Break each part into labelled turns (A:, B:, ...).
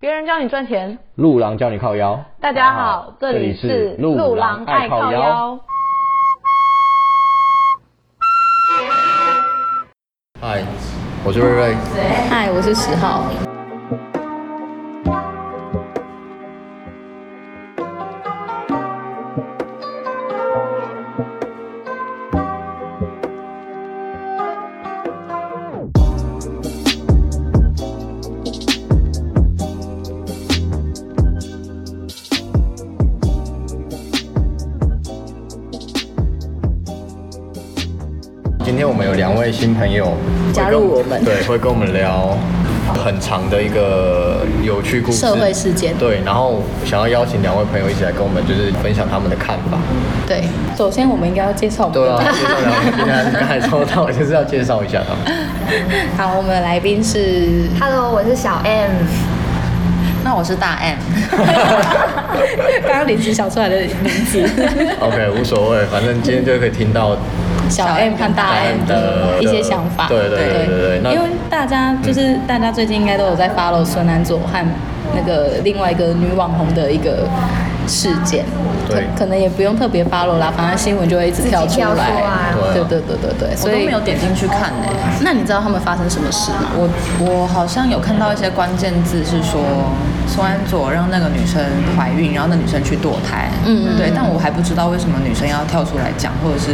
A: 别人教你赚钱，
B: 路郎教你靠腰。啊
A: 大家好，这里是
B: 路郎爱靠腰。。嗨，我是瑞瑞。
C: 嗨，我是十号。
B: 今天我们有两位新朋友会
C: 加
B: 跟
C: 入我们
B: 对，会跟我们聊很长的一个有趣故事、
C: 社会事件
B: 对，然后想要邀请两位朋友一起来跟我们，就是分享他们的看法。
C: 对，首先我们应该要介绍我们
B: 对
C: 的
B: 啊，介绍两位，今天刚才抽到，就是要介绍一下他们。
C: 好，我们的来宾是，
D: Hello，我是小 M。
C: 那我是大 M。刚刚临时想出来的名字，
B: OK，无所谓，反正今天就可以听到
C: 小 M 和大 M 的一些想法。
B: 对对对对对那
C: 因为大家就是大家最近应该都有在 follow 孙安佐和那个另外一个女网红的一个事件。
B: 对
C: 可可能也不用特别 follow 啦，反正新闻就会一直跳出
D: 自己跳出
C: 来
D: 来。
B: 对
C: 对
B: 啊
C: 对对对对，所
E: 我
C: 以
E: 都没有点进去看呢、
C: 那你知道他们发生什么事吗？
E: 我我好像有看到一些关键字是说宋安佐让那个女生怀孕，然后那女生去堕胎。
C: 嗯嗯
E: 对，但我还不知道为什么女生要跳出来讲，或者是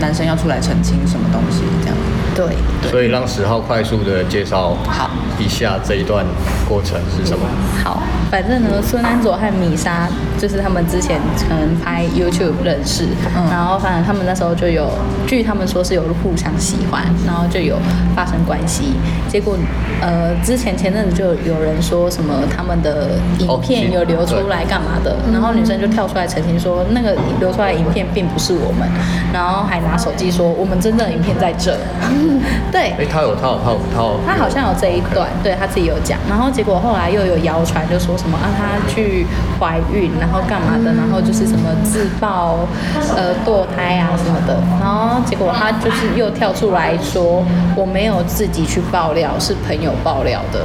E: 男生要出来澄清什么东西这样。
C: 对，
B: 所以让十号快速的介绍
E: 好
B: 一下这一段过程是什么？
C: 好，反正呢，孙安佐和米莎就是他们之前可能拍 YouTube 认识，
E: 嗯
C: 然后反正他们那时候就有，据他们说是有互相喜欢，然后就有发生关系。结果呃，之前前阵子就有人说什么他们的
B: 哦
C: 影片
B: 是
C: 有流出
B: 对
C: 来。来干嘛的，然后女生就跳出来澄清说，那个流出来的影片并不是我们，然后还拿手机说我们真正的影片在这， 对
B: 哎、，他有他有他有他有，
C: 他好像有这一
B: OK
C: 段，对他自己有讲，然后结果后来又有谣传，就说什么啊，她去怀孕，然后干嘛的，然后就是什么自爆、呃堕胎啊什么的，然后结果他就是又跳出来说我没有自己去爆料，是朋友爆料的，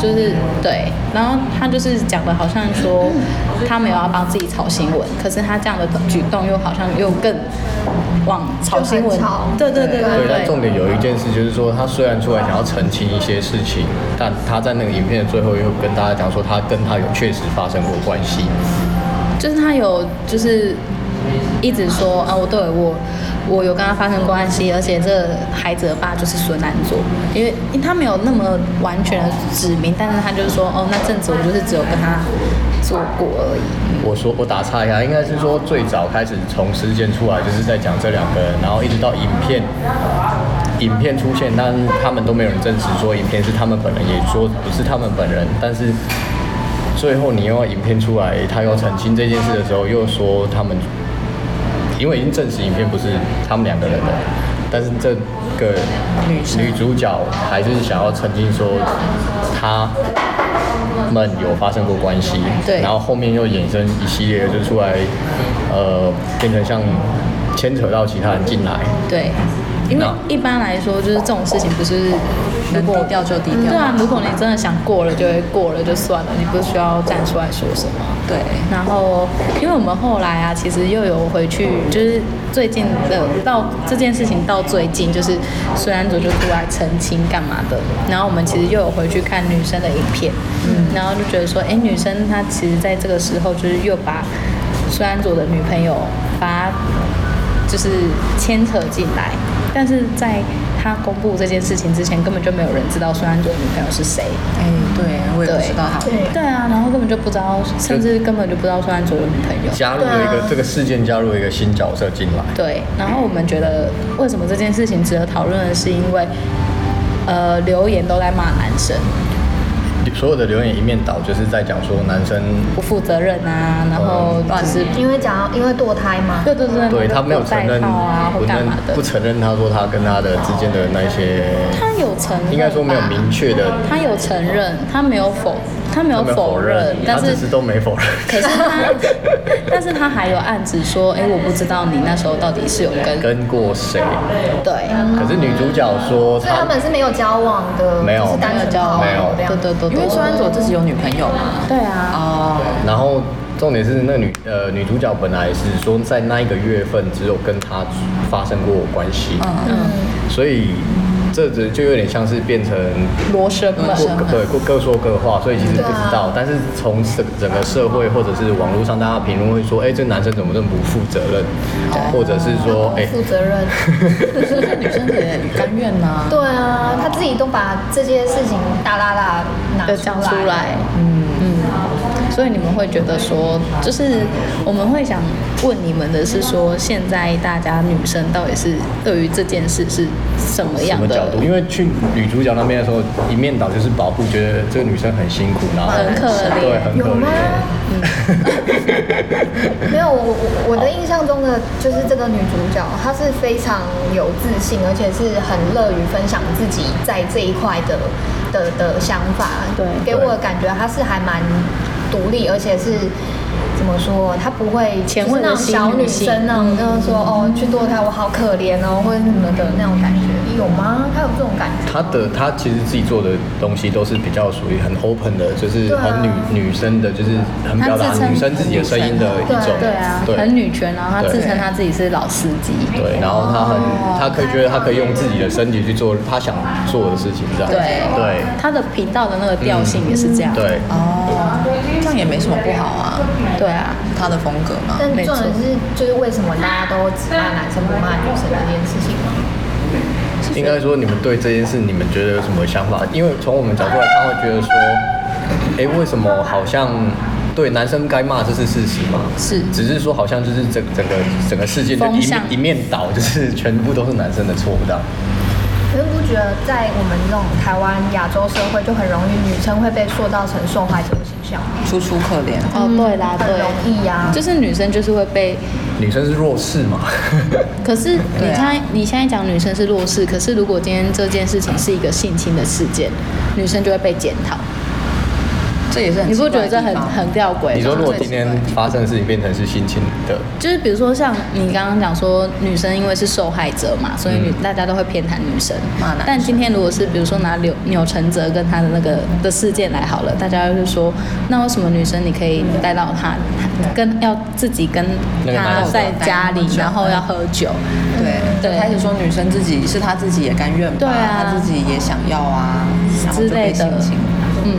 C: 就是对，然后他就是讲的好像说他没有要帮自己炒新闻，可是他这样的举动又好像又更往炒新闻
D: 就很炒，
C: 对对对
B: 对，但
C: 对
B: 重点有一件事就是说，他虽然出来想要澄清一些事情，但他在那个影片的最后又跟大家讲说，他跟他有确实发生过关系。
C: 就是他有就是一直说啊，我对我我有跟他发生关系，而且这孩子的爸就是孙安佐，因为因为他没有那么完全的指明，但是他就是说哦，那阵子我就是只有跟他做过而已。
B: 我说我打岔一下，应该是说最早开始从事件出来，就是在讲这两个人，然后一直到影片，影片出现，但他们都没有人证实说影片是他们本人，也说不是他们本人，但是最后你又要影片出来，他要澄清这件事的时候，又说他们因为已经证实影片不是他们两个人的，但是这个
E: 女生
B: 女主角还是想要澄清说她们有发生过关系，
C: 对
B: 然后后面又衍生一系列就出来，呃，变成像牵扯到其他人进来，
C: 对，因为
B: 那
C: 一般来说就是这种事情不是如
E: 能
C: 果
E: 低调就低
C: 对
E: 调。
C: 啊，如果你真的想过了，就会过了就算了，你不需要站出来说什么。
E: 对，
C: 然后，因为我们后来啊，其实又有回去，就是最近的到这件事情到最近，就是孙安佐就出来澄清干嘛的。然后我们其实又有回去看女生的影片，嗯，然后就觉得说，哎，女生她其实在这个时候就是又把孙安佐的女朋友把她就是牵扯进来，但是在她公布这件事情之前，根本就没有人知道孙安佐的女朋友是谁。
E: 哎、对，我也不知道他。
D: 对
C: 对啊，然后根本就不知道，甚至根本就不知道孙安佐有女朋友。
B: 加入了一个、这个事件加入了一个新角色进来，
C: 对，然后我们觉得为什么这件事情值得讨论的是因为，呃，留言都在骂男生
B: 所有的留言一面倒，就是在讲说男生
C: 不负责任啊，然后就是
D: 因为讲到因为堕胎嘛，
C: 对对对，
B: 嗯对
C: 然后
B: 他没有承认，
C: 带套啊
B: 不
C: 或干
B: 认
C: 嘛的
B: 不，承认他说他跟他的之间的那些，
C: 他有承认吧，
B: 应该说没有明确的
C: 他有承认，他没有否，他没有
B: 没有
C: 否认
B: 认，，
C: 但
B: 他只
C: 是
B: 是都没否认。
C: 可是他， 但是他还有暗指说，哎、我不知道你那时候到底是有跟
B: 跟过谁？
C: 对，
B: 可是女主角说
D: 所以他
B: 她
D: 们是没有交往的，
B: 没有
D: 就是单纯
C: 交往
B: 没有
D: 这样
C: 对对对
E: 因
C: 对，
E: 为孙安佐自己有女朋友嘛。
C: 对啊，
E: 哦，
B: 然后重点是那女呃女主角本来是说在那一个月份只有跟他发生过关系，
C: 嗯
D: 嗯
B: 所以这只就有点像是变成
C: 罗生啊门
B: 各对各各说各话，所以其实不知道。但是从整整个社会或者是网络上，大家评论会说，哎、这男生怎么这么不负责任，或者是
C: 哦
B: 说，哎、
D: 负责 任。
E: 所以这女生也甘愿呐、
D: 对啊，他自己都把这些事情大大大拿
C: 就讲
D: 出
C: 出
D: 来。
C: 来，嗯嗯，所以你们会觉得说，就是我们会想问你们的是说，现在大家女生到底是对于这件事是什么
B: 什
C: 样
B: 么
C: 的
B: 角度？因为去女主角那边的时候，一面倒就是保护，觉得这个女生很辛苦，然后
C: 很可怜
B: 对，很可
D: 有吗
B: 怜。
D: 没有，我我我的印象中的就是这个女主角，她是非常有自信，而且是很乐于分享自己在这一块的的的想法。
C: 对
D: 给我的感觉她是还蛮独立，而且是。怎么说？她不会
C: 前
D: 就是
C: 卫
D: 那
C: 的
D: 种小
C: 新女
D: 女
C: 性嗯
D: 生那种，就是说哦，去堕胎我好可怜哦，或者什么的那种感觉，有吗？她有这种感觉吗？
B: 她的她其实自己做的东西都是比较属于很 open 的，就是
D: 对啊
B: 很女、女生的，就是很表达
E: 她自
B: 女
E: 称
B: 生自己的声音的一种，
C: 对啊，很女权，然后她自称她自己是老司机，
B: 对，然后她很，她可以觉得她可以用自己的身体去做她想做的事情，这样子
C: 对
B: 对
C: 她的频道的那个调性也是这样，
B: 对，
E: 哦，这样也没什么不好啊，
C: 嗯对啊，
E: 她的风格嘛。
D: 但重
C: 没
D: 点
C: 错
D: 是，就是为什么大家都只骂男生不骂女生这件事情吗？
B: 应该说你们对这件事你们觉得有什么想法？因为从我们角度来看，会觉得说，哎、为什么好像对男生该骂这是事实吗？
C: 是
B: 只是说好像就是整整个整个事件就
C: 风
B: 一面
C: 向
B: 一面倒，就是全部都是男生的错，这样。
D: 可是不觉得在我们这种台湾亚洲社会，就很容易女生会被塑造成受害者的形象吗？
E: 楚楚可怜，
C: 哦对啦，
D: 很
C: 对，
D: 容易啊呀
C: 就是女生就是会被
B: 女生是弱势嘛？
C: 可是你
E: 对啊
C: 看，你现在讲女生是弱势，可是如果今天这件事情是一个性侵的事件，女生就会被检讨，
E: 这也是很
C: 你
E: 奇
C: 不
E: 怪
C: 觉
E: 的
C: 得
E: 地
C: 这
E: 方
C: 很很吊诡吗？
B: 你说如果今天发生的事情变成是性侵的，
C: 就是比如说像你刚刚讲说，女生因为是受害者嘛，所以女、
B: 嗯
C: 大家都会偏袒女生
E: 骂男生。
C: 但今天如果是比如说拿柳钮承泽跟他的那个的事件来好了，大家就是说，那为什么女生你可以带到他，跟要自己跟
B: 那个男
C: 他
B: 的
C: 在家里，然后要喝酒？
E: 对，
C: 对
E: 就开始说女生自己是她自己也甘愿吧，
C: 对啊
E: 她自己也想要啊，然后
C: 之
E: 就
C: 类
E: 被
C: 的
E: 性侵。
C: 嗯，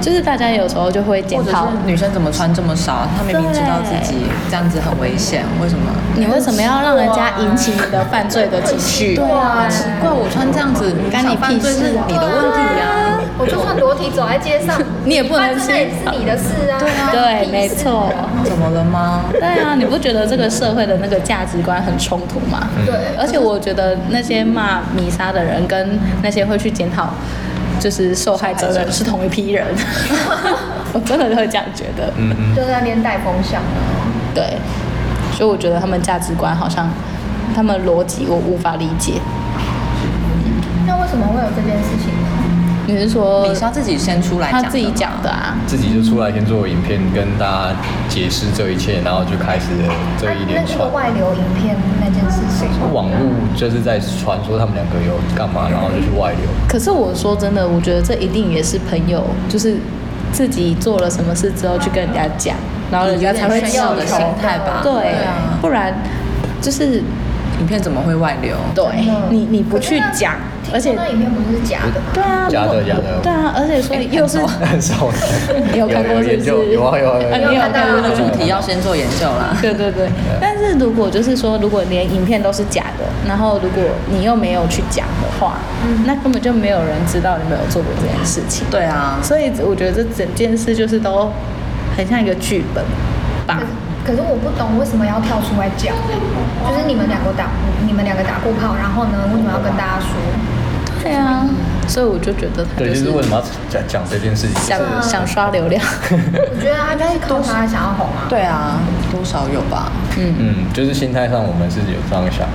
C: 就是大家有时候就会检
E: 或者
C: 讨，
E: 是女生怎么穿这么少？她明明知道自己这样子很危险，为什么？
C: 你为什么要让人家引起你的犯罪的情绪？对
E: 哇，奇怪，我穿这样子，
C: 干你
E: 想啊犯
C: 屁
E: 罪是
C: 事啊
E: 你的问题啊！
D: 我就算裸体走在街上，
C: 你也不能
D: 反正那也是你的事啊。
C: 对，没错。
E: 怎么了吗？
C: 对啊，你不觉得这个社会的那个价值观很冲突吗？
D: 对，
C: 而且我觉得那些骂米莎的人跟那些会去检讨就是受害者的人是同一批人，我真的会这样觉得。
B: 嗯嗯，
D: 就在那边带风向啊。
C: 对，所以我觉得他们价值观好像他们逻辑我无法理解。
D: 那为什么会有这件事情呢？
C: 你是说
E: 米莎自己先出来
C: 他
E: 讲，
C: 自己，讲的啊？
B: 自己就出来先做影片跟大家解释这一切，然后就开始了这一
D: 那
B: 连
D: 哎那
B: 串
D: 个。外流影片那件事情，
B: 网络就是在传说他们两个有干嘛，然后就去外流。
C: 可是我说真的，我觉得这一定也是朋友，就是自己做了什么事之后去跟人家讲，然后人家才会
E: 炫耀的
C: 记仇
E: 心态吧？
C: 对，
E: 啊，
C: 不然就是
E: 影片怎么会外流？
C: 对
D: 嗯
C: 你你不去讲，而且
D: 听说那影哎片不是假的吗？
C: 对啊，
B: 假的假的
C: 对啊，而且所以又是
B: 很少，
C: 你有看过是
B: 研
C: 不是
B: 究？有啊有啊有
C: 啊
B: 啊
C: 你
B: 有
C: 有
B: 啊。
C: 看
E: 这
C: 过
E: 个
C: 那
E: 主
C: 个？
E: 题要先做研究啦。
C: 对对对，但是如果就是说，如果连影片都是假的，然后如果你又没有去讲的话，
D: 嗯
C: 那根本就没有人知道你没有做过这件事情。
E: 对啊，
C: 所以我觉得这整件事就是都很像一个剧本吧
D: 可。是可是我不懂为什么要跳出来讲，就是你们两个打你们两个打过炮，然后呢，为什么要跟大家说？
C: 对啊，所以我就觉得他
B: 对，
C: 就
B: 就是
C: 是
B: 为什么要讲讲这件事情？
C: 想
B: 就是
C: 想刷 流量，
D: 我觉得他就是靠他想要红啊。
E: 对啊，多少有吧？
C: 嗯，
B: 嗯，就是心态上我们是有这样想，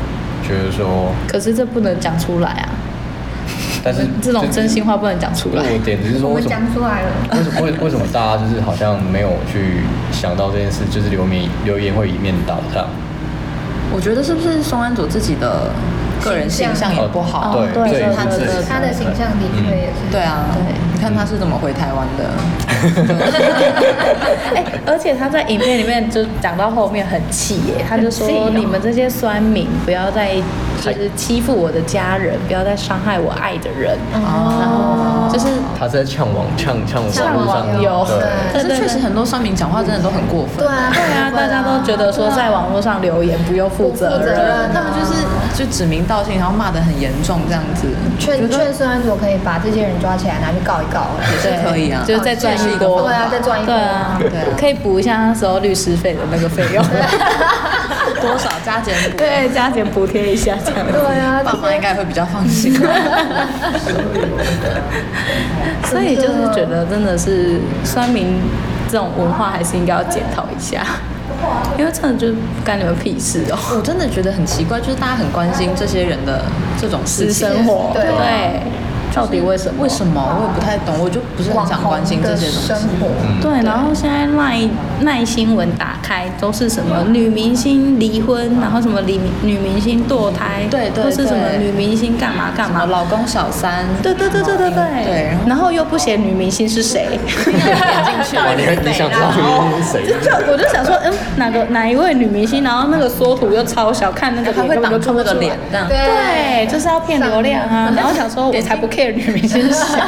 B: 觉得说
C: 可是这不能讲出来啊。
B: 但是
C: 这种真心话不能讲出 来。
B: 我点就是说，
D: 我
B: 为
D: 们
B: 什
D: 讲
B: 么
D: 出来了。
B: 为什么为为什么大家就是好像没有去想到这件事，就是留言留言会一面倒这样？
E: 我觉得是不是松安佐自己的个人形象也不
B: 哦
E: 好？
B: 对，
C: 哦对
B: 这也
C: 他的
B: 是自己
D: 他的形象的确也是。
E: 对啊，你看他是怎么回台湾的？
C: 哎、而且他在影片里面就讲到后面很气耶，他就说、
D: 很气哦
C: 你们这些酸民不要再就是欺负我的家人，不要再伤害我爱的人，然后就是
B: 他是在呛网呛呛
D: 呛
B: 网络上
D: 网
C: 友
B: 对
E: 可是确实很多酸民讲话真的都很过分。
D: 对啊，
C: 对啊，大家都觉得说在网络上留言不用负责
D: 不负责
C: 任
D: 任。
E: 他们就是就指名道姓，然后骂得很严重这样子，
D: 劝劝孙安佐可以把这些人抓起来拿去告一告。
E: 也是可以啊。
C: 就是再赚一波，
D: 对啊再赚一波
C: 对啊，
E: 对啊
C: 可以补一下那时候律师费的那个费用，
E: 多少加减补，
C: 对，加减补贴一下这样子。
D: 对啊，
E: 爸妈应该会比较放心。啊
C: 所以就是觉得真的是酸民这种文化还是应该要检讨一下，因为真的就是不干你们屁事哦。
E: 我真的觉得很奇怪，就是大家很关心这些人的这种事
C: 私
E: 情，
C: 生活
D: 对
E: 啊
C: 对，到底为什么？
E: 为什么我也不太懂，我就不是很
D: 网
E: 想
D: 红
E: 关心这
D: 的
E: 些
D: 生
E: 东西。嗯
D: 活。
C: 对，然后现在赖赖新闻打开都是什么女明星离婚，然后什么女女明星堕胎，
E: 对对
C: 或是什么
E: 对
C: 女明星干嘛干
E: 什么
C: 嘛，
E: 老公小三，
C: 对对对对对对，
E: 对然后
C: 然后又不写女明星是 谁，
B: 哇，你你想知道是谁？啊
C: 就我就想说，嗯，哪个哪一位女明星，然后那个缩图又超小，看那个
E: 他
C: 脸
E: 会
C: 根本就看
E: 挡住
C: 不
E: 那
C: 出
E: 个
C: 来
E: 脸，这样。
C: 对，就是要骗流量啊。然后想说，我才不 care 女明星是谁，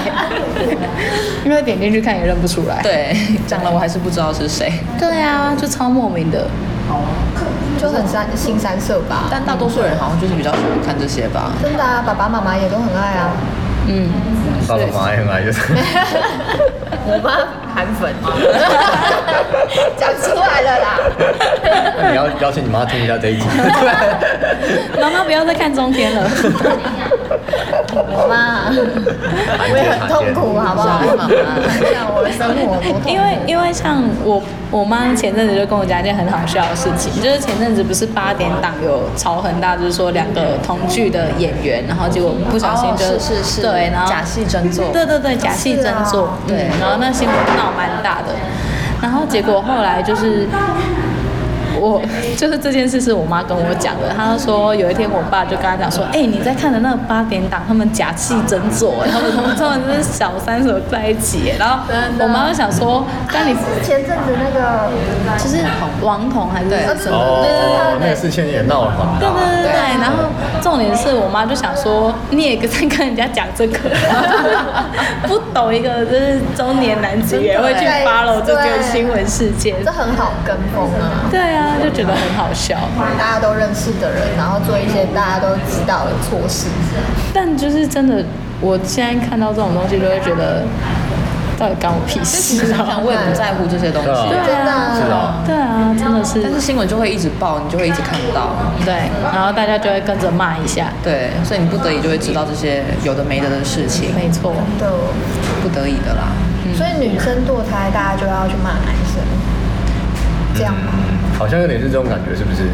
C: 因为点进去看也认不出来。
E: 对，讲了我还是不知道是谁，
C: 对啊，就超莫名的。
D: 就很三新三色吧。
E: 但大多数人好像就是比较喜欢看这些吧。
D: 真的啊，爸爸妈妈也都很爱啊。
C: 嗯，
B: 爸爸妈妈也很爱，就是
D: 我妈韩粉， 讲出来了啦。
B: 那你要邀请你妈听一下这 一集。
C: 妈妈不要再看中天 了。
D: 我妈，我也很痛苦，
C: 啊
D: 好不好？
E: 是妈妈
D: 像我的生活多痛苦。
C: 因为因为像我我妈前阵子就跟我讲一件很好笑的事情，就是前阵子不是八点档有吵很大，就是说两个同剧的演员，然后结果不小心就、
E: 哦是是是
C: 对，然后
E: 假戏真做
C: 对对对，假戏真做，对、然后那新闻闹蛮大的，然后结果后来就是。我 就是这件事是我妈跟我讲的，她说有一天我爸就跟她讲说，哎、你在看的那个八点档，他们假戏真做，他们他们他们是小三什么在一起，然后
D: 真的
C: 我妈就想说，但你
D: 前阵子那个，
C: 就是王彤还是 什么？
B: 哦，那个事情也闹了很
C: 对对
B: 大。
C: 对对，
D: 啊
C: 然后重点是我妈就想说，你也在跟人家讲这 个，不懂一个就是中年男子也会去
D: 真的耶
C: follow 这个新闻事件，
D: 这很好跟风啊。
C: 对啊，就觉得很好笑。
D: 大家都认识的人，然后做一些大家都知道的措施，
C: 但就是真的，我现在看到这种东西就会觉得，到底干我屁
E: 其
C: 事
E: 实想
C: 啊
E: 想，？我也不在乎这些东
B: 对啊
E: 西，
C: 对
D: 真的
C: 啊，
B: 是啊
C: 对啊，真的是
E: 但，是新闻就会一直报，你就会一直看到。
C: 对，然后大家就会跟着骂一下，
E: 对，所以你不得已就会知道这些有的没的的事情，
C: 没错。
D: 就
E: 不得已的啦。
C: 嗯
D: 所以女生堕胎，大家就要去骂男生，这样吗？
B: 嗯，好像有点是这种感觉，是不是？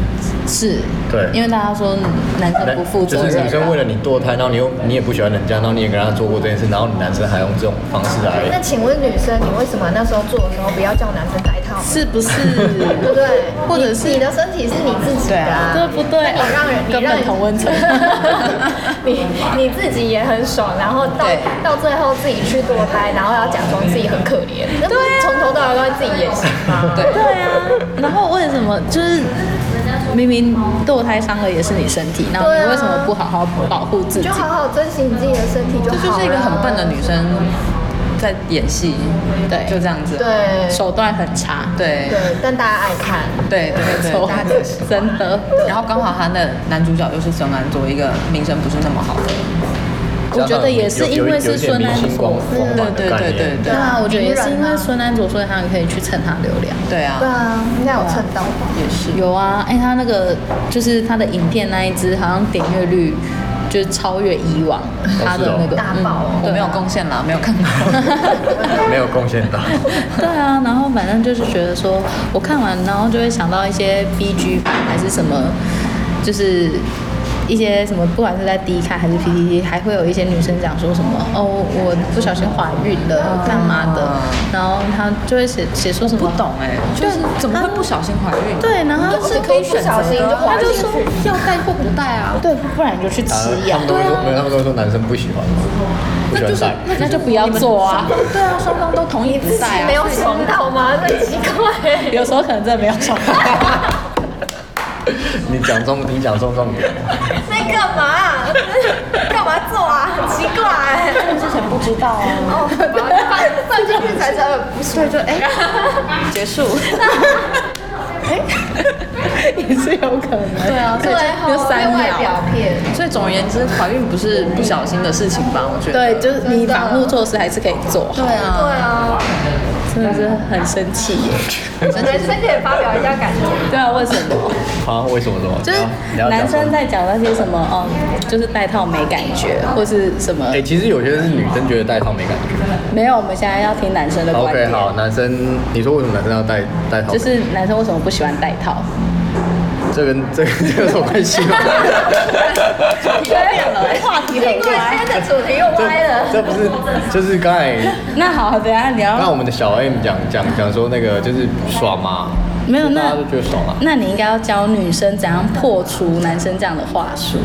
C: 是，
B: 对
C: 因为大家说男生不负责
B: 就
C: 任
B: 是
C: 啊，
B: 女生为了你堕胎，然后你又你也不喜欢人家，然后你也跟他做过这件事，然后你男生还用这种方式
C: 嗯
D: 那
B: 来，
D: 请问女生，你为什么那时候做的时候不要叫男生戴套呢？
C: 是不是？
D: 对不对？
C: 或者
D: 你
C: 是
D: 你的身体是你自己的、啊，
C: 对不对？
D: 那你让人，你
C: 根
D: 让
C: 本
D: 人
C: 同温层。
D: 你你自己也很爽，然后到
E: 对
D: 到最后自己去堕胎，然后要假装自己很可怜，那不是从头到尾都在自己演戏吗？
E: 对
C: 啊 对啊，然后为什么就是明明堕胎伤了也是你身体，那
D: 对
C: 你
D: 啊
C: 为什么不好好保护自己
D: 就？好好珍惜你自己的身体就
E: 这
D: 好
E: 就是一个很笨的
D: 女。
E: 女生在演戏，
C: 对
E: 就这样子。
D: 对
C: 手段很差，
E: 对
D: 对，但大家爱看，
E: 对对对
C: 错
E: 大家可惜。
C: 真的。
E: 然后刚好他的男主角又是孙安佐，一个名声不是那么好的，
C: 我觉得也是因为
B: 有
C: 是
B: 一点
C: 孙安
B: 明星光
C: 佐，
B: 光环的概念。
E: 对对对对
C: 对啊，我觉得也是因
D: 名人
C: 为
D: 啊
C: 孙安佐，所以他可以去蹭他流量。
E: 对啊
D: 对，啊，应该有蹭到吧？
E: 也是。
C: 有啊，哎、他那个就是他的影片那一支，好像点阅率就是超越以往他的那个
D: 大爆哦
E: 我没有贡献啦，没有看过。
B: 没有贡献到。
C: 对啊，然后反正就是觉得说，我看完然后就会想到一些 B G 版还是什么，就是一些什么，不管是在 D 看还是 PPT，还会有一些女生讲说什么哦，我不小心怀孕了，干嘛的，然后她就会写写说什么
E: 不懂哎、就是怎么会不小心怀孕？
C: 对，然后是
D: 可以选择的
C: 他就说要带或不带啊，对，不然你就去吃
B: 啊
C: 药
B: 他们，都会说，没有，他们都会说男生不喜欢嘛，不喜欢戴。
C: 那就不要做啊。
E: 对啊，双方都同意不带啊，
D: 没有爽到 吗？这很奇怪、
C: 有时候可能真的没有想到，
B: 你讲中，你讲中重点。
D: 在干嘛、干嘛做啊？很奇怪、
C: 之前不知道啊。
D: 哦，放放进去才知道不是。就哎，
E: 结束。
C: 也是有可能。
E: 对啊，所以
D: 对，
E: 就就三
D: 外
E: 秒。
D: 表片。
E: 所以总而言之，怀孕不是不小心的事情吧？我觉得。
C: 对，就是你防护措施还是可以做好，
E: 对
D: 对
E: 啊，
D: 啊，
C: 真的是很生气耶。
D: 男生可以发表一下感觉。
C: 对啊，为什么？
B: 啊，为什么什么？
C: 就是
B: 你要
C: 男
B: 讲什么
C: 生在讲那些什么，哦，就是戴套没感觉，或是什么
B: 哎、？其实有些是女生觉得戴套没感觉。
C: 没有，我们现在要听男生的观
B: OK，
C: 点。
B: 好，男生，你说为什么男生要戴戴套？
C: 就是男生为什么不喜欢戴套？
B: 这跟这跟这有什么关系吗？
C: 变了，话题很
D: 对，
C: 快。
D: 今天的主题又
B: 这
D: 歪了。
B: 这不是就是刚才
C: 那好，等一下你
B: 刚才
C: 要
B: 我们的小 M 讲讲讲说那个就是爽嘛，
C: 没有
B: 大
C: 那
B: 家都觉得爽啊。
C: 那你应该要教女生怎样破除男生这样的话术。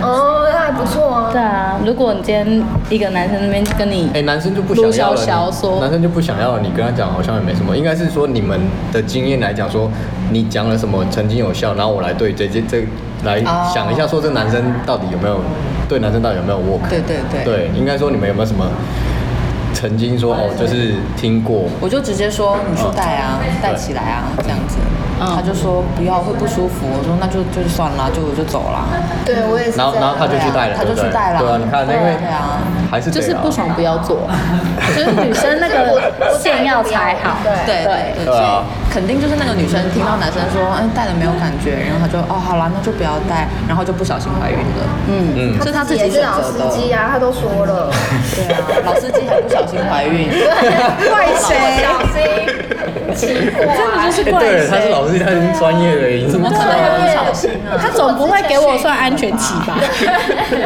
D: 哦，那还不错啊。
C: 对啊，如果你今天一个男生那边跟你
B: 哎、男生就不想要
C: 卢小
B: 了
C: 小说
B: 你，男生就不想要了。你跟他讲好像也没什么，应该是说你们的经验来讲，说你讲了什么曾经有效，然后我来对这这这来
E: 哦
B: 想一下，说这男生到底有没有对男生到底有没有 work？
E: 对对对
B: 对，应该说你们有没有什么曾经说哦，就是听过，
E: 我就直接说你去戴啊，戴起来啊，这样子。
C: 嗯
E: 他就说不要，会不舒服。我说那就就算啦，就我就走啦。
D: 对，我也是这
B: 然后
D: 样。
B: 然后他就去带了，
E: 对啊他
B: 对
E: 就
B: 不对
E: 去带了
B: 对啊，你看那个
E: 对啊
B: 还是得
C: 就
B: 啊
C: 是不爽不要做，就是女生 那个线要踩好。
D: 对
E: 对对
B: 对
E: 所
B: 啊
E: 以肯定就是那个女生听到男生说，哎，戴了没有感觉，然后她就哦，好啦，那就不要戴，然后就不小心怀孕了。
C: 嗯，
B: 嗯
E: 这是他自己
D: 也是
E: 选
D: 老
E: 择
D: 司
E: 的。
D: 机啊，他都说了。
E: 对啊，老司机还不小心怀孕。
D: 怪谁？小心，奇怪。
C: 真的就是
B: 哎
C: 怪
B: 对，他是
C: 谁？
B: 老师，他已经专业了，已经
E: 怎么可能会不小心啊？
C: 他总不会给我算安全期吧？
D: 哎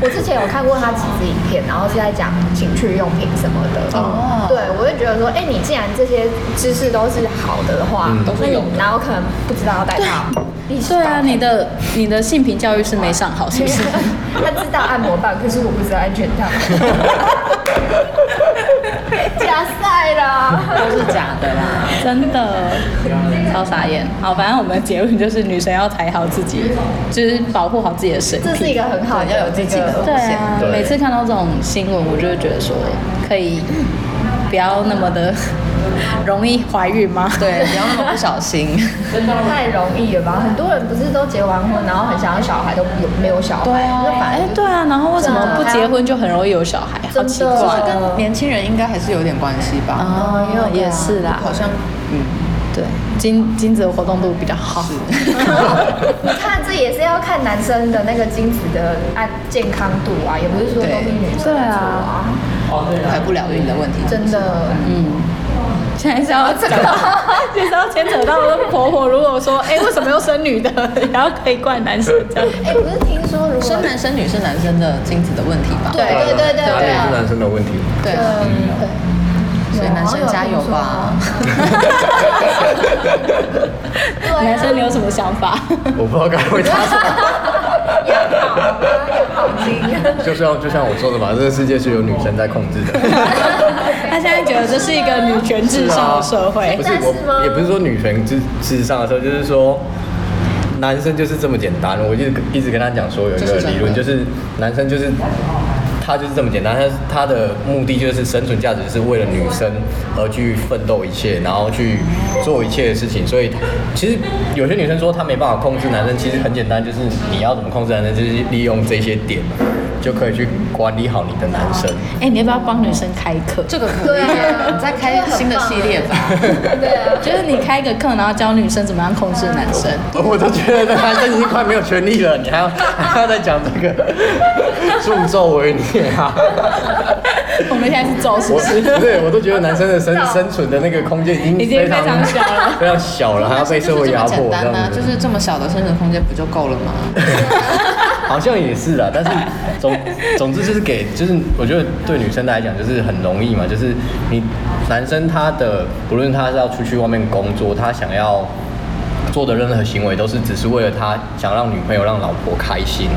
D: 我之前有看过他几支影片，然后是在讲情趣用品什么的。
E: 哦
D: 对，我就觉得说，哎、你既然这些知识都是好的的话，
B: 嗯都
D: 那你然后可能不知道要戴套，你知道
C: 对啊，你的你的性平教育是没上好，是不是？
D: 他知道按摩棒，可是我不知道安全套。假赛啦！
E: 都是假的啦。
C: 真的超傻眼。好，反正我们的结论就是女生要抬好自己，就是保护好自己的身体。
D: 这是一个很好的
E: 要有自己的
D: 那个
C: 对啊，
B: 对
C: 每次看到这种新闻，我就会觉得说，可以不要那么的容易怀孕吗？
E: 对，不要那么不小 心。
D: 太容易了吧？很多人不是都结完婚，然后很想要小孩，都有没有小孩？那反
C: 哎
D: 而、
C: 对啊，然后为什么
D: 对啊
C: 不结婚就很容易有小孩？好
D: 真
C: 奇
D: 的
C: 怪。
E: 跟年轻人应该还是有点关系吧？
C: 哦，因为也是啦，
E: 好像嗯，
C: 对，精精子的活动度比较好。
D: 哎 你看，这也是要看男生的那个精子的啊健康度啊，也不是说都是女生
C: 对啊，
E: 怀不了孕的问题。
D: 真的。
C: 现在是要讲到，就是要牵扯到那婆婆，如果说，哎、为什么又生女的， 然后可以怪男生这样。
D: 哎、不是听说如果
E: 生男生女是男生的精子的问题吧？
D: 对对对对
B: 哪里
D: 对啊
B: 是男生的问题？
E: 对啊，
D: 嗯对啊
E: 所以男生加油吧。
D: 对啊
C: 男生你有什么想法？
B: 我不知道该回答什么。
D: 养好啊，养好精。
B: 就像就像我说的嘛，这个世界是由女生在控制的，
C: 他现在觉得这是一个女权至上的社会
B: 啊不。是
D: 现在是吗
B: 我，也不是说女权至至上的时候，就是说。男生就是这么简单，我一直一直跟他讲说有一
E: 这
B: 个
E: 是真的
B: 理论，就是男生就是他就是这么简单，他他的目的就是生存价值是为了女生而去奋斗一切，然后去做一切的事情。所以其实有些女生说她没办法控制男生，其实很简单，就是你要怎么控制男生，就是利用这些点就可以去管理好你的男生。
C: 哎、你要不要帮女生开课？
E: 这个可
D: 对
E: 以啊，
D: 啊
E: 你再开新的系列吧。
D: 对啊，
C: 就是你开个课，然后教女生怎么样控制男 生。
B: 我都觉得男生已经快没有权利了，你还要 还要再讲这 个助纣为虐啊！
C: 我们现在是走，是
B: 我
C: 不是？
B: 对我都觉得男生的生生存的那个空间已经
C: 已经
B: 非常
C: 非常小了，
B: 非常小了，还要被社会压迫
E: 就是这么简
B: 这
E: 单啊
B: 样，
E: 就
B: 子。
E: 是这么小的生存空间不就够了吗？
B: 好像也是啦，但 是总总之就是给，就是我觉得对女生来讲就是很容易嘛，就是你男生他的不论他是要出去外面工作，他想要做的任何行为都是只是为了他想让女朋友让老婆开心，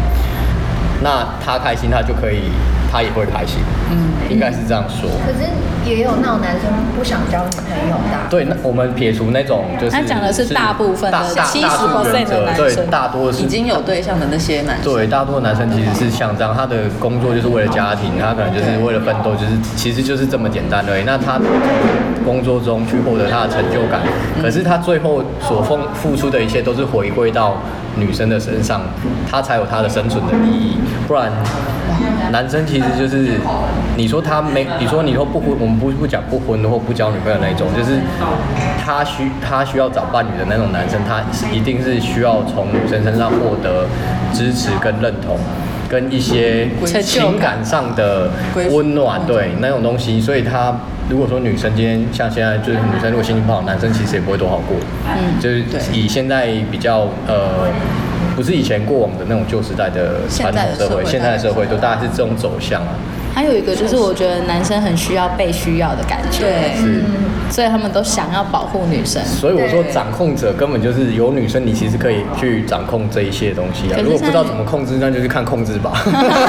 B: 那他开心他就可以，他也会开心，嗯，应该是这样说。
D: 可是也有那种男生不想交女朋友的啊、
B: 对，那我们撇除那种就是
C: 他讲的是大部分的
B: 大大
C: 70%
B: 大部分
C: 的男
B: 对，
C: 生
B: 大多是
E: 已经有对象的那些男生，
B: 对，大多数男生其实是像这样，他的工作就是为了家庭，他可能就是为了奋斗，就是其实就是这么简单而已。那他从工作中去获得他的成就感，
E: 嗯
B: 可是他最后所付付出的一切都是回归到女生的身上，他才有他的生存的意义。不然，男生其实就是你说他没，你说你说不婚，我们不不讲不婚或不交女朋友那一种，就是他需他需要找伴侣的那种男生，他一定是需要从女生身上获得支持跟认同，跟一些
C: 成就感
B: 情感上的
E: 归属
B: 温暖，对那种东西。所以他如果说女生今天像现在就是女生如果心情不好，男生其实也不会多好过。嗯，就是
E: 对
B: 以现在比较呃。不是以前过往的那种旧时代的传统社会，
E: 现
B: 现在
E: 在
B: 的
E: 的社
B: 社
E: 会
B: 会都大概是这种走向啊。
C: 还有一个就是，我觉得男生很需要被需要的感觉，
E: 对，
B: 是，
C: 所以他们都想要保护女 生。
B: 所以我说掌控者根本就是有女生，你其实可以去掌控这一些东西啊
C: 可。是
B: 如果不知道
C: 现在
B: 怎么控制，那就去看控制吧。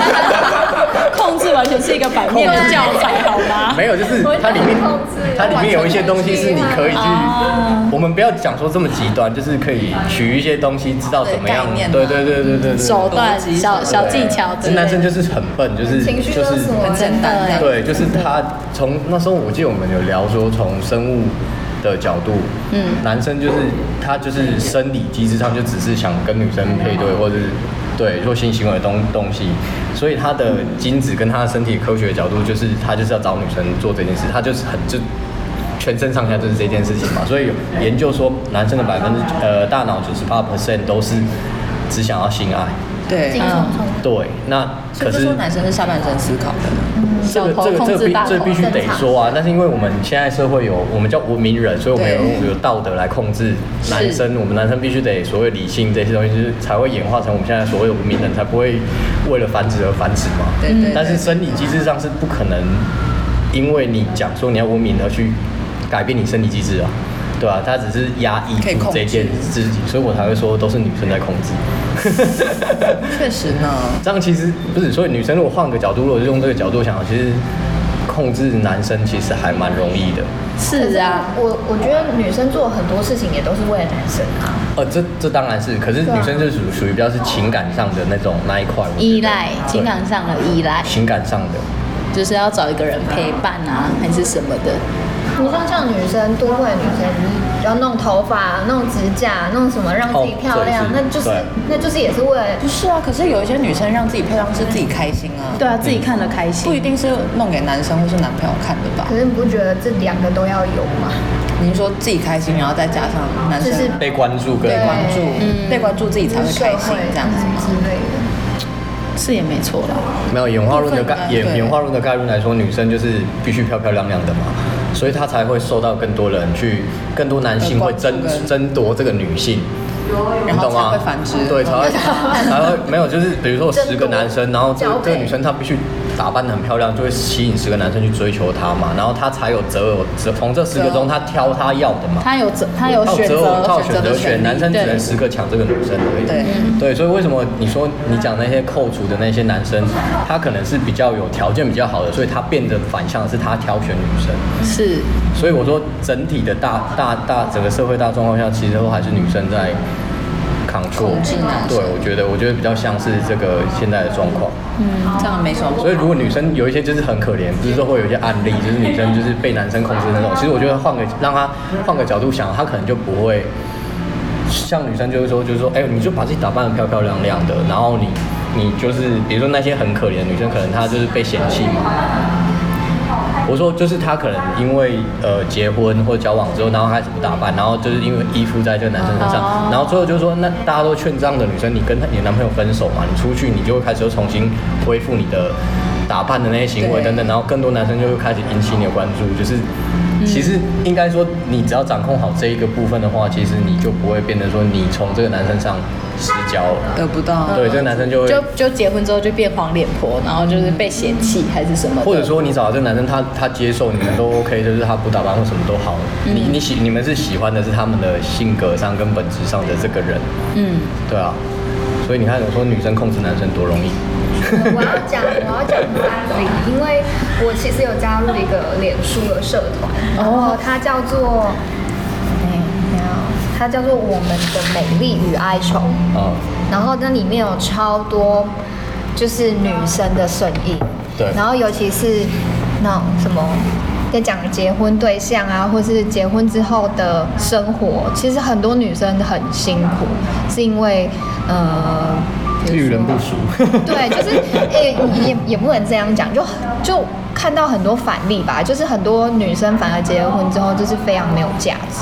C: 控制完全是一个版面的教材，好 吗？
B: 没有，就是它里面
D: 我懂控制
B: 它里面有一些东西是你可以去
C: 啊，
B: 我们不要讲说这么极端，就是可以取一些东西，知道怎么样
E: 对概念。啊
B: 对对对对对对。
C: 手段、
E: 逻辑
C: 小小技巧之
B: 直
C: 类的，
B: 男生就是很笨，就是
D: 情绪
B: 就
D: 勒
B: 是
D: 索啊
E: 很简单
D: 哎
C: 真的
E: 的。
B: 对，就是他从那时候，我记得我们有聊说，从生物的角度，嗯，男生就是他就是生理机制上就只是想跟女生配对，或者是对做性行为的东东西，所以他的精子跟他的身体科学的角度，就是他就是要找女生做这件事，他就是很就。全身上下就是这件事情嘛，所以有研究说，男生的百分之呃大脑九十八 percent 都是只想要性爱，
E: 对
D: 精，虫充
B: 对，那
E: 所
B: 可
E: 以就是说男生是下半身思考的，
B: 这
C: 小
B: 个
C: 头
B: 这个
C: 控
B: 这个
C: 制
B: 必
C: 大头
B: 这个必须得说啊，但是因为我们现在社会有我们叫文明人，所以我们
E: 对
B: 有有道德来控制男生，我们男生必须得所谓理性这些东西，就是才会演化成我们现在所谓的文明人，才不会为了繁殖而繁殖嘛。
E: 对对对
B: 但是生理机制上是不可能，因为你讲说你要文明而去改变你生理机制啊，对吧、啊？它只是压抑
E: 可以
B: 住
E: 控制
B: 这件事情，所以我才会说都是女生在控制。
E: 确实呢，
B: 这样其实不是，所以女生如果换个角度，如果是用这个角度想，其实控制男生其实还蛮容易的。
C: 是啊，
D: 我我觉得女生做很多事情也都是为了男生啊，
B: 呃，这这当然是，可是
D: 对啊
B: 女生就属属于比较是情感上的那种那一块，我觉得
C: 依赖情感
B: 对
C: 上的依赖，
B: 情感上的。
C: 就是要找一个人陪伴啊，还是什么的。
D: 你像像女生，都会的女生就是要弄头发、弄指甲、弄什么让自己
B: 哦
D: 漂亮，
B: 对
D: 那
B: 是
D: 就是
B: 对
D: 那就是也是为了
E: 不是啊，可是有一些女生让自己漂亮是自己开心啊，
C: 对，啊，自己看了开
E: 不
C: 心。
E: 一定是弄给男生或是男朋友看的吧
D: 可？是你不觉得这两个都要有吗？
E: 你说自己开心，然后再加上男生
D: 就是
B: 被关注跟
E: 被
D: 对
E: 关注，
C: 嗯
E: 被关注自己才会开心这样子
D: 之
E: 吗？
D: 类的。
C: 是也没错啦。
B: 没有演化论的概
E: 部分的
B: 演
E: 对
B: 演化论的概论来说，女生就是必须漂漂亮亮的嘛，所以她才会受到更多人去，更多男性会争
E: 呃关注跟
B: 争夺这个女性。
E: 然
B: 你
E: 后
B: 懂
E: 才
B: 吗？
E: 会繁殖，
B: 对，才会才会没有，就是比如说十个男生，然后这
D: 交配
B: 这个女生她必须打扮得很漂亮，就会吸引十个男生去追求她嘛，然后她才有择偶，择从这十个中她挑她要的嘛。
C: 他有择，他有
B: 她
C: 选
B: 择偶，她
C: 择
B: 哦有选
E: 哦择
B: 择
E: 的权利
B: 权，男生只
C: 对
B: 能十个抢这个女生而已。
E: 对
B: 对，所以为什么你说你讲那些扣除的那些男生，他可能是比较有条件比较好的，所以他变得反向是他挑选女生。
C: 是
B: 所以我说，整体的大大大整个社会大状况下，其实都还是女生在扛错
E: 控制男。
B: 对，我觉得，我觉得比较像是这个现在的状况。
E: 这样没什么不好。
B: 所以如果女生有一些就是很可怜，不是说会有一些案例，就是女生就是被男生控制那种。其实我觉得换个让她换个角度想，她可能就不会像女生就是说就是说，哎、你就把自己打扮得漂漂亮亮的，然后你你就是比如说那些很可怜的女生，可能她就是被嫌弃嘛。我说就是她可能因为呃结婚或交往之后，然后开始不打扮，然后就是因为依附在这个男生身上，
C: 哦
B: 然后最后就是说，那大家都劝这样的女生，你跟她你的男朋友分手嘛，你出去你就会开始又重新恢复你的打扮的那些行为
E: 对
B: 等等，然后更多男生就会开始引起你的关注，就是。其实应该说，你只要掌控好这一个部分的话，其实你就不会变成说你从这个男生上失焦了。
E: 得不到，
B: 对，这个男生就会
C: 就就结婚之后就变黄脸婆，然后就是被嫌弃还是什么的，
B: 或者说你找的这个男生他，他接受你们 都 OK，就是他不打扮或什么都好。你你喜你们是喜欢的是他们的性格上跟本质上的这个人，
C: 嗯，
B: 对啊。所以你看，有时候女生控制男生多容易。
D: 我要讲，我要讲三零，因为我其实有加入一个脸书的社团，
E: 哦
D: 然后它叫做，哎、等一下哦它叫做我们的美丽与哀愁，
B: 啊、
D: 然后那里面有超多就是女生的声音，
B: 对
D: 然后尤其是那种什么。在讲结婚对象啊，或是结婚之后的生活，其实很多女生很辛苦，是因为呃，比如
B: 遇
D: 说
B: 人不淑。
D: 对，就是也也也不能这样讲，就就看到很多反例吧，就是很多女生反而结了婚之后就是非常没有价值。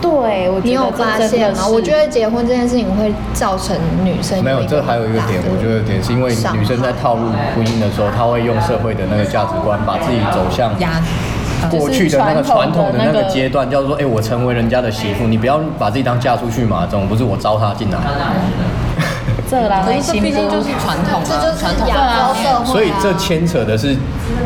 C: 对，我觉得
D: 你有
C: 这
D: 发
C: 真
D: 现
C: 的
D: 吗？
C: 是
D: 我觉得结婚这件事情会造成女 生
B: 没有，这还有一个点，我觉得点是因为女生在套入婚姻的时候，她会用社会的那个价值观，把自己走向
E: 压
B: 过去的那个呃传统的那个阶段，叫做哎、我成为人家的媳妇，你不要把自己当嫁出去嘛，总不是我招她进来。
C: 这啦，
E: 可是这毕竟就是传统
D: 这
E: 啊
D: 就，是
E: 传统
D: 亚洲社会、啊，
B: 所以这牵扯的是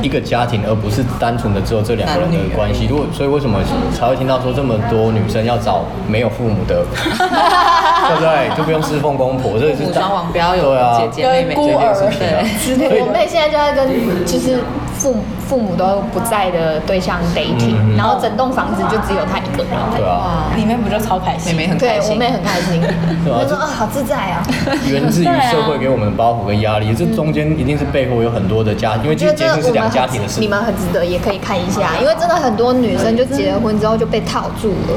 B: 一个家庭，而不是单纯的只有这两个人的关系。如果所以为什么才会听到说这么多女生要找没有父母的，对不对？就不用侍奉公婆，这个
E: 父
B: 是
E: 母双亡，不要有
B: 对啊
E: 姐姐妹妹这件事情啊。
B: 所以
D: 我妹现在就在跟就是父父母都不在的对象 dating，、
B: 嗯嗯嗯
D: 然后整栋房子就只有她一个人。
B: 对啊，
C: 里面不就超开
E: 妹
C: 心？
E: 妹很
D: 对
E: 开
D: 我
E: 心，
D: 妹很开心，
B: 啊
D: 我
B: 这
D: 说啊好自在啊。
B: 源自于社会给我们的包袱跟压力，这中间一定是背后有很多的家，因为其
D: 觉
B: 实
D: 得
B: 结
D: 这
B: 婚是
D: 我
B: 两
D: 们
B: 个家庭的
D: 很
B: 事
D: 你。们很值得，也可以看一下，因为真的很多女生就结了婚之后就被套住了，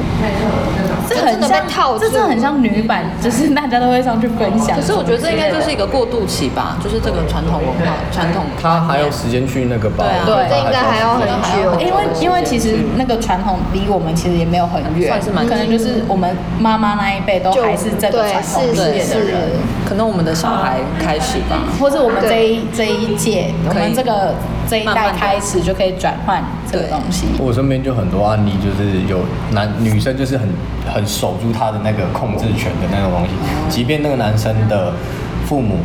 C: 这
D: 就
C: 很
D: 真的
C: 像
D: 被套住，
C: 这真的很像女版，就是大家都会上去分享。
E: 哦可是我觉得这应该就是一个过渡期吧，就是这个传统文化、传统
B: 他还有时间去那个吧？
E: 对啊
B: 我觉得
D: 这应该还啊要很久。
C: 因为因为其实那个传统离我们其实也没有很远，
E: 算是蛮
C: 可能就是我们妈妈那一辈都
D: 就
C: 还是这个
D: 对
C: 传统
D: 是
C: 理
E: 对
C: 念
D: 是
C: 的人，
D: 是，
E: 可能我们的小孩开始吧，
C: 或是我们这一这一届，我
E: 可以
C: 们这个这一
E: 慢慢
C: 代
E: 地
C: 开始就可以转换这个
E: 对
C: 东西。
B: 我身边就很多案例，就是有男女生就是很很守住她的那个控制权的那种东西，即便那个男生的父母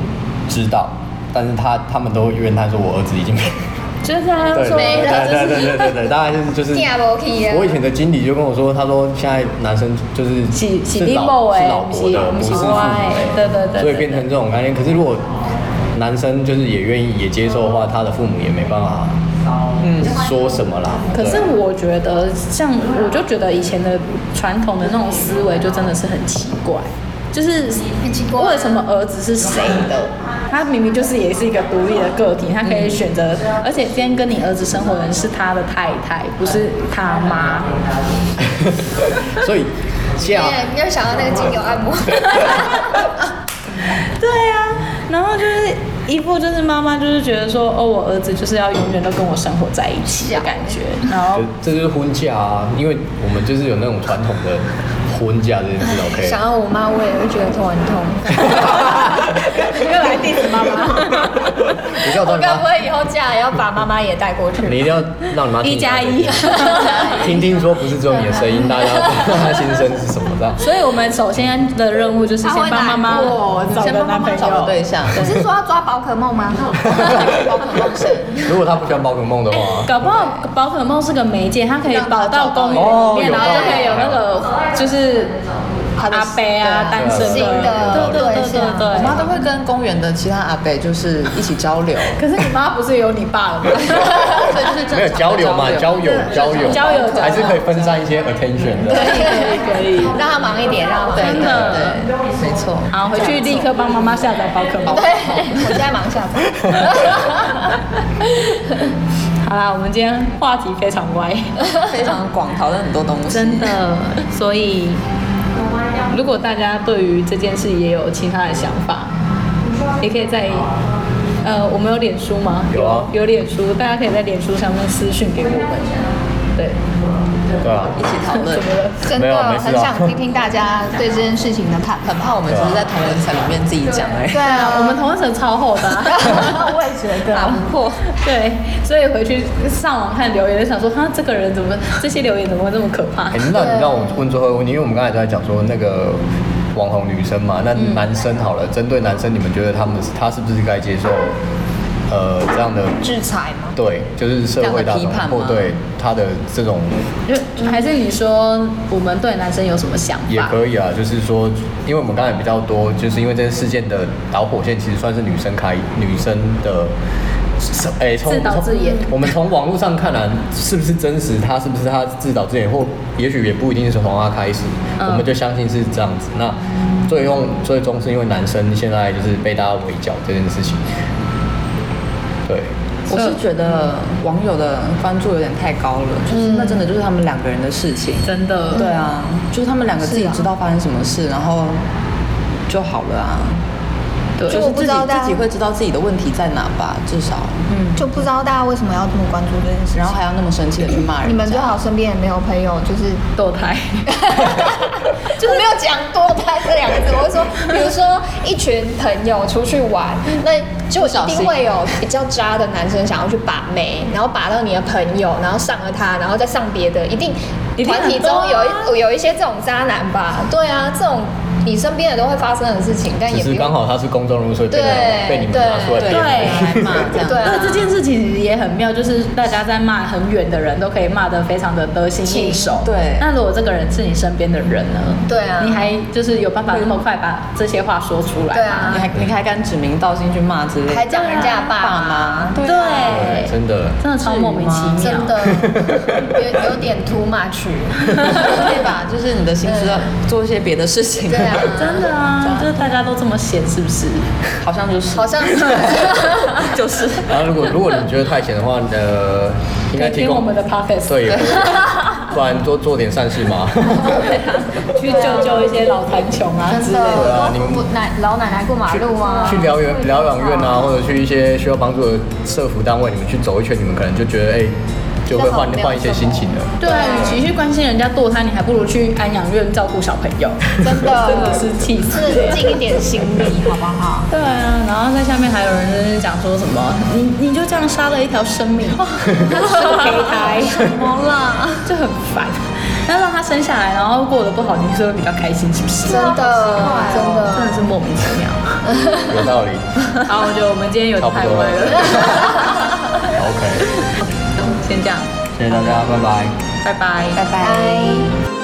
B: 知道，但是他他们都会怨他说我儿子已经没。
C: 就是他
B: 对
C: 说
B: 对对对对对对，大概是就是。
D: 听不去啊
B: 我以前的经理就跟我说，他说现在男生就是
C: 是是
B: 是
C: 你
B: 老
C: 某
B: 是
C: 哎
B: 老
C: 不
B: 婆
C: 是
B: 的，
C: 不
B: 不
C: 是
B: 是父母
C: 我
B: 的
C: 哎，对对对
B: 所以
C: 对
B: 变成这种概念。可是如果男生就是也愿意也接受的话，他的父母也没办法嗯说什么啦。
C: 可是
B: 对
C: 我觉得，像我就觉得以前的传统的那种思维，就真的是很奇怪，就是
D: 很奇怪啊
C: 为什么儿子是谁的？他明明就是也是一个独立的个体，他可以选择，而且今天跟你儿子生活的人是他的太太，不是他妈。
B: 所以啊
D: 你
B: 下
D: 也你有想到那个精油按摩，
C: 对啊，然后就是一副就是妈妈就是觉得说，哦，我儿子就是要永远都跟我生活在一起的感觉，然后
B: 就这就是婚嫁啊，因为我们就是有那种传统的婚嫁这件事，OK？
D: 想到我妈我也会觉得头很痛。
C: 又来 diss 妈妈。
B: 你一定要找
D: 我
B: 你
D: 该不
B: 妈，
D: 会以后嫁也要把妈妈也带过去？
B: 你一定要让你妈听
C: 一加
B: 这个
C: 一
B: 听听说不是只有你的声音，大家大家心声是什么的？
C: 所以我们首先的任务就是先帮妈妈
D: 她会难过
C: 找
E: 先
C: 个
E: 帮妈
C: 男朋
E: 妈
C: 友
E: 找个对象，
D: 你是说要抓宝可梦吗？
E: 宝可梦神，
B: 如果他不喜欢宝可梦的 话，
C: 搞不好宝可梦是个媒介，它可以跑到公园
B: 哦
C: 里面，
B: 有
C: 然后
B: 道
C: 就
B: 理
C: 可以有那个就是阿伯啊、单身
D: 新
C: 的，
D: 的
C: 对对对
D: 对象
E: 我
C: 对
E: 妈
C: 对。
E: 都会跟公园的其他阿伯就是一起交流，
C: 可是你妈不是有你爸 了吗？
E: 对，就是正常的
B: 没有交流嘛，交友交友
C: 交友
B: 还是可以分散一些 attention 的。
C: 可以可以。
D: 让她忙一点，让她忙一
E: 对
D: 点
C: 真的
E: 对，对没错。
C: 好，回去立刻帮妈妈下载宝可梦。
D: 对， 我现在忙下载。
C: 好啦，我们今天话题非常歪。
E: 非常广，讨论很多东西。
C: 真的，所以如果大家对于这件事也有其他的想法，也可以在呃，我们有脸书吗？
B: 有啊
C: 有脸书，大家可以在脸书上面私讯给我们。对，
B: 对吧、
E: 一起讨论。
D: 真
B: 没有
D: 的
B: 没事啊
D: 很想听听大家对这件事情的看法
E: 很。怕我们只是在同文层里面自己讲而已
D: 对。啊，
C: 我们同温层超厚的、 啊，
D: 我也觉得
C: 打不破。对，所以回去上网看留言，就想说，哈，这个人怎么这些留言怎么会这么可怕
B: 哎、？那你让我问最后一个问题，因为我们刚才都在讲说那个网红女生嘛，那
E: 嗯
B: 男生好了，针对男生，你们觉得他们他是不是该接受呃这样的？
E: 制裁吗？
B: 对，就是社会大
E: 这样的批
B: 众
E: 判吗
B: 或对他的这种
C: 就还是你说我们对男生有什么想
B: 也
C: 法？
B: 可以啊，就是说，因为我们刚才比较多，就是因为这些事件的导火线其实算是女生开，女生的，哎、从
C: 自导自演
B: 从我们从网络上看啊，是不是真实？她是不是她自导自演，或也许也不一定是从她开始，
C: 嗯
B: 我们就相信是这样子。那最终最终是因为男生现在就是被大家围剿这件事情，对，
E: 我是觉得网友的关注有点太高了，就是那真的就是他们两个人的事情。
C: 嗯真的，
E: 对啊，就是他们两个自己
D: 是啊
E: 知道发生什么事，然后就好了啊。
C: 对
E: 就
D: 就是我
E: 自
D: 不
E: 己
D: 知道大家
E: 自己会知道自己的问题在哪吧，至少。
C: 嗯
D: 就不知道大家为什么要这么关注这件事情。
E: 然后还要那么生气的去骂人家。
D: 你们最好身边也没有朋友，就是
C: 堕胎。
D: 就是没有讲堕胎这两个字，我会说，比如说一群朋友出去玩，那就一定会有比较渣的男生想要去把妹，然后把到你的朋友，然后上了他，然后再上别的，一定
C: 一定
D: 团体
C: 很多
D: 中
C: 啊
D: 有一有一些这种渣男吧？对啊，这种你身边的都会发生的事情，但也
B: 只
D: 不
B: 是刚
D: 用。
B: 好她是公众人物，所以被
D: 对
B: 被你们拿出来
E: 对
B: 编
E: 来骂这样。
D: 对啊
C: 对这件事情也很妙，就是大家在骂很远的人都可以骂得非常的得心应手。
E: 对
C: 那如果这个人是你身边的人呢？
D: 嗯对啊
C: 你还就是有办法那么快把这些话说出来？
D: 对啊
E: 你，还你还敢指名道姓去骂之类的，
D: 还讲人家的爸
E: 爸
D: 妈
E: 妈，， 对啊
B: 对，
C: 对，
B: 哎真的。
C: 真的超莫名其妙。
D: 真的有有点 too much，
E: 可以吧？就是你的心思要做一些别的事情，
D: 对啊，
C: 真的啊，就是大家都这么闲，是不是？
E: 好像就是
D: 好像是。
E: 就是
B: 然后如果如果你觉得太闲的话，呃，应该提
C: 听
B: 供
C: 我们的 podcast，
B: 对，不然多做点善事 嘛。
C: 去救救一些老残穷啊之
D: 真
C: 类的。
B: 啊
D: 的，
B: 你们
D: 我奶老奶奶过马路啊，
B: 去疗养疗养院啊，或者去一些需要帮助的社服单位，你们去走一圈，你们可能就觉得哎、就会换
D: 这好像没有
B: 换一些心情了。
C: 对啊，与其去关心人家堕胎，你还不如去安养院照顾小朋友。
D: 真的
C: 真的是气死。
D: 是尽一点心力，好不好？
C: 对啊，然后在下面还有人在那讲说什么，你你就这样杀了一条生命，生胚胎，哦什么啦，就很烦。那让他生下来，然后过得不好，你是会比较开心，是不是？
D: 真的，真
C: 真
D: 的，
C: 的是莫名其妙。
B: 有道理。
C: 好，我觉得我们今天有点太歪了，
B: OK，
C: 先这样，
B: 谢谢大家，拜拜。
C: 拜拜。
D: 拜。